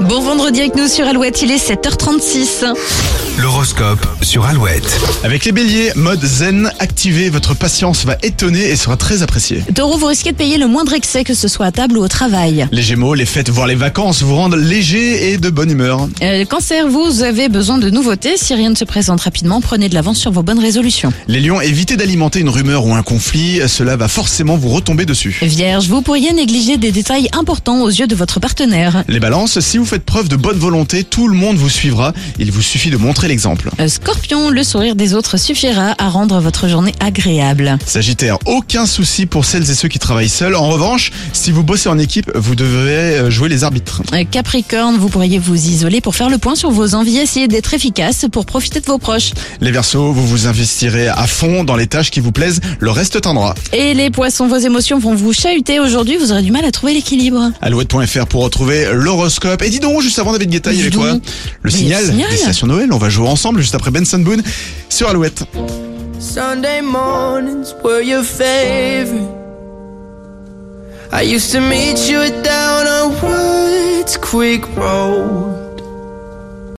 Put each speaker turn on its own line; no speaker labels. Bon vendredi avec nous sur Alouette, il est 7h36.
L'horoscope sur Alouette.
Avec les béliers, mode zen, activez, votre patience va étonner et sera très appréciée.
Taureau, vous risquez de payer le moindre excès, que ce soit à table ou au travail.
Les gémeaux, les fêtes, voire les vacances vous rendent léger et de bonne humeur.
Euh, cancer, vous avez besoin de nouveautés. Si rien ne se présente rapidement, prenez de l'avance sur vos bonnes résolutions.
Les lions, évitez d'alimenter une rumeur ou un conflit, cela va forcément vous retomber dessus.
Vierge, vous pourriez négliger des détails importants aux yeux de votre partenaire.
Les balances, si vous faites preuve de bonne volonté, tout le monde vous suivra, il vous suffit de montrer l'exemple.
Euh, Scorpion, le sourire des autres suffira à rendre votre journée agréable.
Sagittaire, aucun souci pour celles et ceux qui travaillent seuls. En revanche, si vous bossez en équipe, vous devrez euh, jouer les arbitres.
Euh, Capricorne, vous pourriez vous isoler pour faire le point sur vos envies, essayer d'être efficace pour profiter de vos proches.
Les versos, vous vous investirez à fond dans les tâches qui vous plaisent, le reste tendra.
Et les poissons, vos émotions vont vous chahuter aujourd'hui, vous aurez du mal à trouver l'équilibre.
Alouette.fr pour retrouver l'horoscope. Et dis donc, juste avant David Guetta, il y avait
Dis
quoi
donc.
Le
Mais
signal,
le signal.
Destination Noël. On va jouer ensemble juste après Benson Boone sur Alouette.
Sunday mornings were your favorite. I used to meet you down on Woods Creek Road.